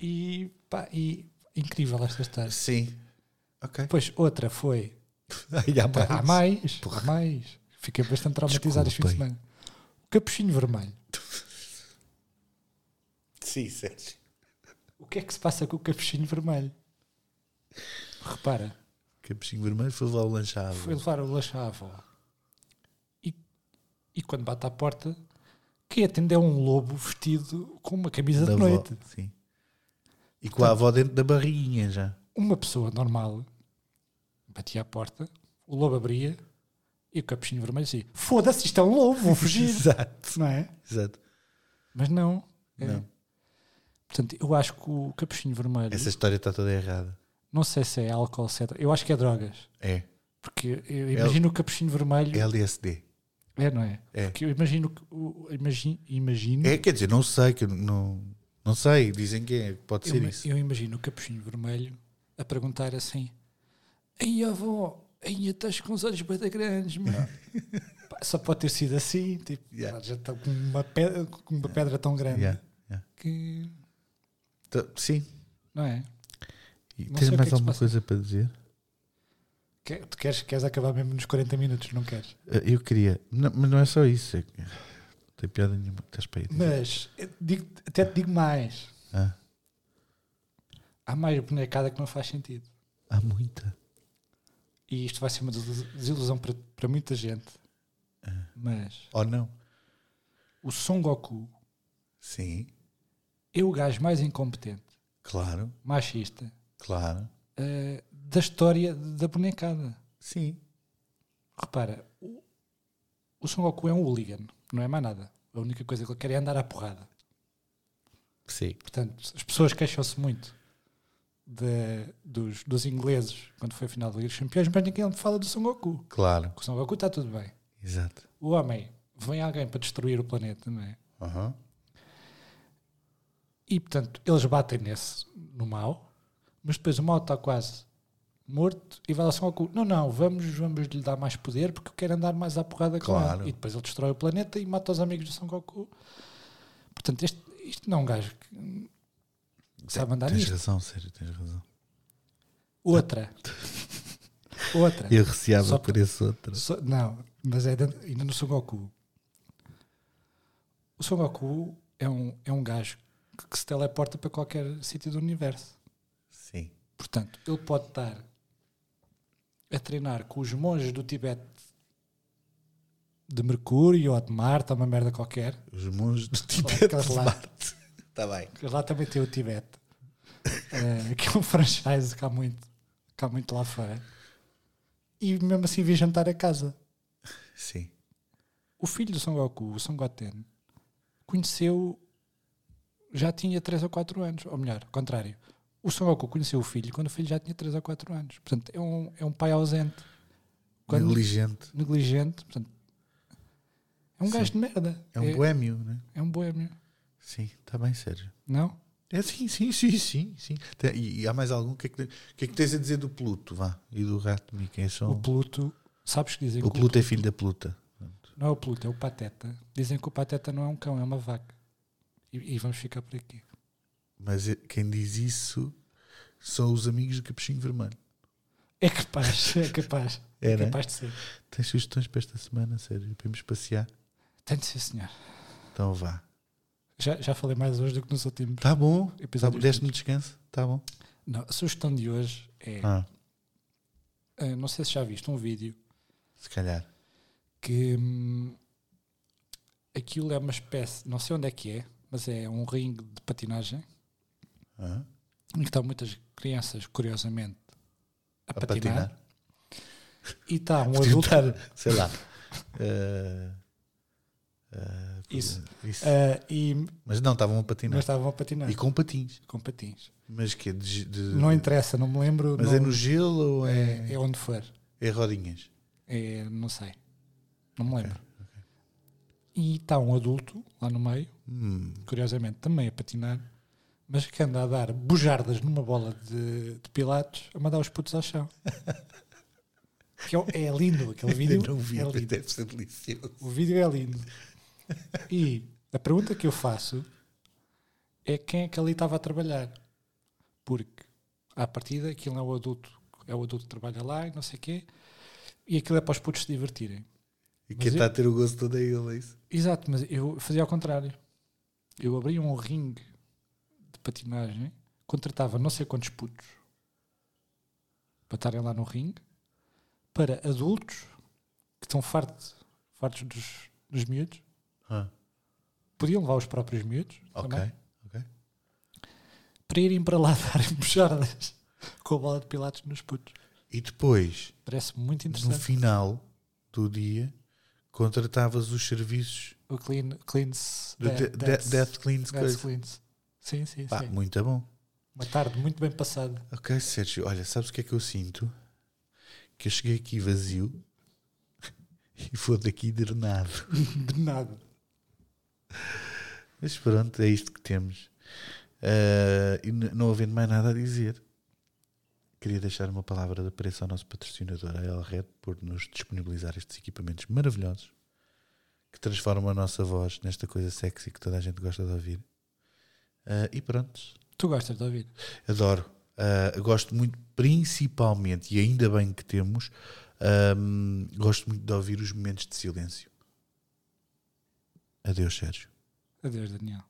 E pá, e incrível esta história.
Sim. Ok.
Depois outra foi
Ai, há mais.
há mais, há mais. Fiquei bastante traumatizado este fim de
Desculpem.
semana. O capuchinho vermelho.
Sim, Sérgio.
O que é que se passa com o capuchinho vermelho? Repara.
Capuchinho vermelho foi levar o lanche à avó.
Foi levar o lanche à avó. E, e quando bate à porta, quem atende é um lobo vestido com uma camisa
Da
de
avó,
noite. Tá.
Sim. E com a avó dentro da barriguinha já.
Uma pessoa normal batia à porta, o lobo abria e o capuchinho vermelho dizia: Foda-se, isto é um lobo, vou fugir.
Exato.
não é?
Exato.
Mas não. é.
Não.
Portanto, eu acho que o capuchinho vermelho,
Essa história está toda errada.
não sei se é álcool, etc. Eu acho que é drogas.
É.
Porque eu imagino o capuchinho vermelho.
LSD.
É, não é?
É.
Porque eu imagino. que o- Imagino. imagino
É, quer dizer, não sei, que eu não, não sei, dizem que é, pode
Eu,
ser
ima-
isso.
eu imagino o capuchinho vermelho a perguntar assim: Ei avó, ainda estás com os olhos bem grandes, meu." Pá, Só pode ter sido assim, tipo,
Yeah.
pá, já está com uma pedra, com uma pedra tão grande
Yeah, yeah.
que.
Então, sim.
Não é?
E
Não
tens
sei o que é que
mais
se
alguma
passa.
coisa para dizer?
Que- tu queres, queres acabar mesmo nos 40 minutos, não queres?
Ah, Eu queria. Não, mas não é só isso. é que- Não tem piada nenhuma. Estás para aí. dizer.
Mas eu digo- até te digo mais:
Ah,
há mais bonecada que não faz sentido.
há muita.
E isto vai ser uma desilu- desilusão para, para muita gente.
Ah.
Mas
Ou não?
o Son Goku
Sim,
é o gajo mais incompetente,
claro,
machista,
claro.
eh, da história da bonecada.
Sim.
Repara, o, o Son Goku é um hooligan, não é mais nada. A única coisa que ele quer é andar à porrada.
Sim.
Portanto, as pessoas queixam-se muito de- dos, dos ingleses quando foi a final da Liga dos Campeões, mas ninguém fala do Son Goku.
Claro,
Com o Son Goku está tudo bem.
exato.
O homem, vem alguém para destruir o planeta, não é?
Aham.
E, portanto, eles batem nesse, no mal, mas depois o mal está quase morto e vai lá só ao cu. Não, não, vamos, vamos lhe dar mais poder porque eu quero andar mais à porrada com
Claro.
ele. E depois ele destrói o planeta e mata os amigos do Son Goku. Portanto, este, isto não é um gajo que sabe andar
Tens
nisto.
razão, Sérgio, tens razão.
Outra. Outra.
É. Eu receava
Só
por esse outro.
So- não, mas é dentro- ainda no Son Goku. O Son Goku é um, é um gajo que- que se teleporta para qualquer sítio do universo.
Sim.
Portanto, ele pode estar a treinar com os monges do Tibete de Mercúrio ou de Marte, ou uma merda qualquer.
Os monges do
Ou
Tibete
aqueles
de
lá.
Marte. Está bem.
Lá também tem o Tibete, eh, que é um franchise que há muito, que há muito lá fora. E mesmo assim vi jantar a casa.
Sim.
O filho do Son Goku, o Son Goten, conheceu já tinha 3 ou 4 anos, ou melhor, ao contrário. O Son Goku conheceu o filho quando o filho já tinha 3 ou 4 anos. Portanto, é um, é um pai ausente. Quando-
É Negligente.
negligente, portanto, é um
Sim.
gajo de merda.
É um
é,
boémio, né?
é um boêmio,
Sim, está bem, Sérgio.
não?
É sim, sim, sim, sim. sim. Tem- E, e há mais algum? O que, é que, o que é que tens a dizer do Pluto, vá? E do rato Mickey? É só...
O Pluto, sabes que dizem
O
que
Pluto é filho da Pluta.
não é o Pluto, é o Pateta. Dizem que o Pateta não é um cão, é uma vaca. E, e vamos ficar por aqui.
Mas é- quem diz isso são os amigos do Capuchinho Vermelho.
É capaz, é capaz.
É,
É,
né?
capaz de ser.
Tens sugestões para esta semana, Sérgio? Para irmos passear?
Tem de ser, senhor.
Então vá.
Já, já falei mais hoje do que nos últimos.
Tá bom. Tá,
Episódios
Deste-me descanso? Tá bom.
Não, a sugestão de hoje é.
Ah,
eh, não sei se já viste um vídeo
se calhar.
que hum, aquilo é uma espécie, não sei onde é que é, mas é um ringue de patinagem
Ah,
em que estão muitas crianças, curiosamente, a,
a
patinar,
patinar.
e está um
Por
adulto.
tentar, sei lá. eh, eh,
Isso.
isso.
ah, e,
Mas não, estavam a
mas
patinar.
estavam a patinar
E com patins.
com patins.
Mas que é de, de-
Não interessa, não me lembro.
Mas
não-
é no gelo ou
é,
é,
é onde for.
é rodinhas?
É, não sei. Não me lembro. E está um adulto lá no meio,
Hum,
curiosamente também a patinar, mas que anda a dar bujardas numa bola de, de pilates a mandar os putos ao chão. Que é, é lindo aquele vídeo.
ainda não vi,
é
mas
lindo.
deve ser delicioso.
O vídeo é lindo. E a pergunta que eu faço é quem é que ali estava a trabalhar. Porque, à partida, aquilo é o adulto, é o adulto que trabalha lá e não sei o quê, e aquilo é para os putos se divertirem.
E
Mas
quem
eu-
está a ter o gosto todo é ele, é isso?
Exato, mas eu fazia ao contrário. Eu abria um ringue de patinagem, contratava não sei quantos putos para estarem lá no ringue, para adultos que estão fartos, fartos dos, dos miúdos,
Ah,
podiam levar os próprios miúdos
ok.
também,
ok.
para irem para lá darem puxadas com a bola de pilates nos putos.
E depois,
Parece muito
no
interessante.
final do dia, contratavas os serviços
O clean, cleans,
do de,
de-
de,
Death-
Death Cleans.
Death Cleans. Sim, sim,
Pá,
sim.
muito bom.
Uma tarde muito bem passada.
Ok, Sérgio, olha, sabes o que é que eu sinto? Que eu cheguei aqui vazio e vou daqui drenado.
De nada.
Mas pronto, é isto que temos. Ah, e n- não havendo mais nada a dizer, queria deixar uma palavra de apreço ao nosso patrocinador, a Elred, por nos disponibilizar estes equipamentos maravilhosos que transformam a nossa voz nesta coisa sexy que toda a gente gosta de ouvir. Ah, e pronto,
Tu gostas de ouvir?
Adoro. Ah, gosto muito, principalmente, e ainda bem que temos, ahm, gosto muito de ouvir os momentos de silêncio. Adeus, Sérgio.
Adeus, Daniel.